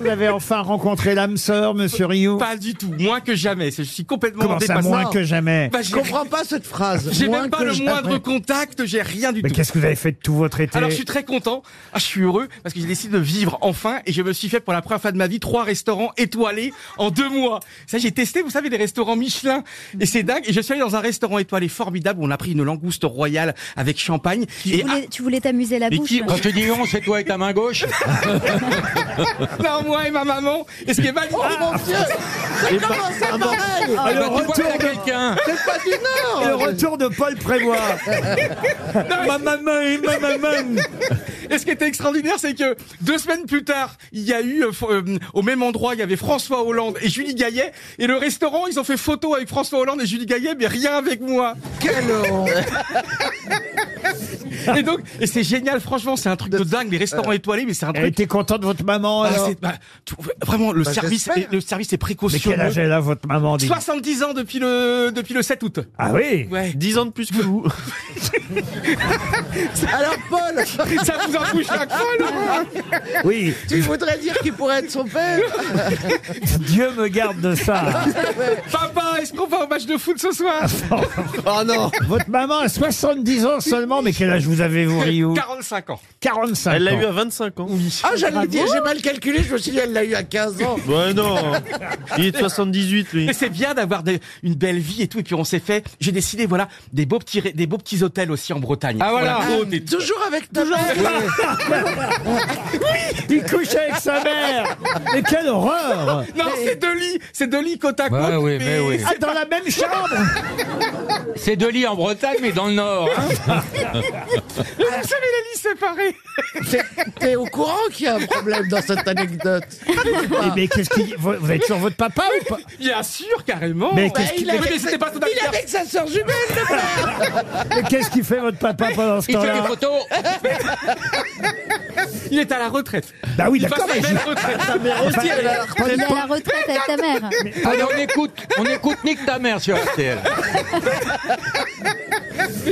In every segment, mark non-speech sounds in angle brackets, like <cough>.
Vous avez enfin rencontré l'âme sœur, monsieur Rioux Pas du tout, moins que jamais. C'est- Je suis complètement Comment ça, dépassé. moins que jamais Bah, j'ai- Je comprends pas cette phrase. J'ai Moins même pas que le jamais. moindre contact, j'ai rien du Mais tout. qu'est-ce que vous avez fait de tout votre été Alors je suis très content, Ah, je suis heureux parce que j'ai décidé de vivre enfin et je me suis fait pour la première fois de ma vie trois restaurants étoilés en deux mois. Ça j'ai testé, vous savez, des restaurants Michelin et c'est dingue. Et je suis allé dans un restaurant étoilé formidable où on a pris une langouste royale avec champagne et ah Tu voulais- tu voulais t'amuser la Mais bouche. qui- Oh, là. Quand tu dis on, c'est toi avec ta main gauche. non, moi et ma maman. Et ce qui est validé, C'est comment ça, pareil Ah, bah, tu retour vois que t'as de- quelqu'un. C'est pas du Le Nord retour de Paul Ah, Prévoit Ma maman et ma maman <laughs> Et ce qui était extraordinaire, c'est que deux semaines plus tard, il y a eu euh, f- euh, au même endroit, il y avait François Hollande et Julie Gaillet. Et le restaurant, ils ont fait photo avec François Hollande et Julie Gaillet, mais rien avec moi. Quelle honte Et donc, et c'est génial, franchement, c'est un truc de dingue, les restaurants étoilés, mais c'est un Euh, Elle truc. était contente de votre maman Ah, alors c'est- bah, tout- vraiment, le Bah, service, j'espère. est, le service est Mais précautionneux. quel âge elle a votre maman dit 70 ans depuis le depuis le 7 août. Ah oui Ouais. 10 ans de plus que vous. Alors, Paul, Ça vous en bouge la colle ou pas <laughs> Oui tu voudrais dire qu'il pourrait être son père Dieu me garde de <laughs> ça Papa, est-ce qu'on va au match de foot ce Ah, soir Oh non Votre maman a 70 ans seulement, mais quel âge vous avez-vous, Rioux 45 ans. 45 Elle l'a ans. eu à 25 ans. Ah, j'allais dire, j'ai mal calculé, je me suis dit, elle l'a eu à 15 ans. Ouais, non. Il est de 78, lui. Mais c'est bien d'avoir des- une belle vie et tout. Et puis on s'est fait, j'ai décidé, voilà, des beaux petits, ré- des beaux petits hôtels aussi en Bretagne. Ah voilà. Toujours avec ta Il couche avec sa mère Mais quelle <laughs> horreur Non, c'est deux lits, c'est deux lits côte à côte. Ouais, ouais, mais oui. Ah, dans la même chambre C'est deux lits en Bretagne, mais dans le Nord. hein. Vous savez les lits séparés. T'es- T'es au courant qu'il y a un problème dans cette anecdote Ah. Eh, Mais qu'est-ce qu'il... Vous vous êtes sur votre papa ou pas Bien sûr, carrément. Mais qu'est-ce qu'il il a- Oui, mais c'était pas ton Il est anniversaire. avec sa sœur jumelle le mec. Mais qu'est-ce qu'il fait votre papa pendant ce Il fait des temps-là photos. Il est à la retraite. Bah oui, Il d'accord, passe la mais belle retraite. Enfin, Il est à la retraite avec ta mère. Allez, on écoute, on écoute Nick ta mère sur RTL.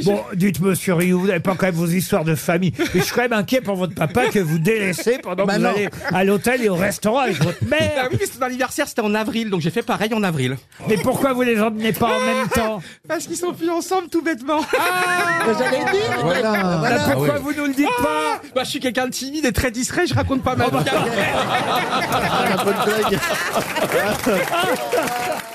Bon, dites monsieur Rioux, vous n'avez pas quand même vos histoires de famille. Mais je suis quand même inquiet pour votre papa que vous délaissez pendant que Bah vous non. allez à l'hôtel et au restaurant avec votre Ah mère. oui, mais son anniversaire, c'était en avril, donc j'ai fait pareil en avril. Mais pourquoi vous les emmenez pas en même temps Parce qu'ils sont plus ensemble, tout bêtement. Ah Mais J'allais dire, voilà. Bah, voilà. Pourquoi vous nous le dites pas Oh, bah, bah, je suis quelqu'un de timide et très distrait, je raconte pas ma vie. Ah, la bonne blague.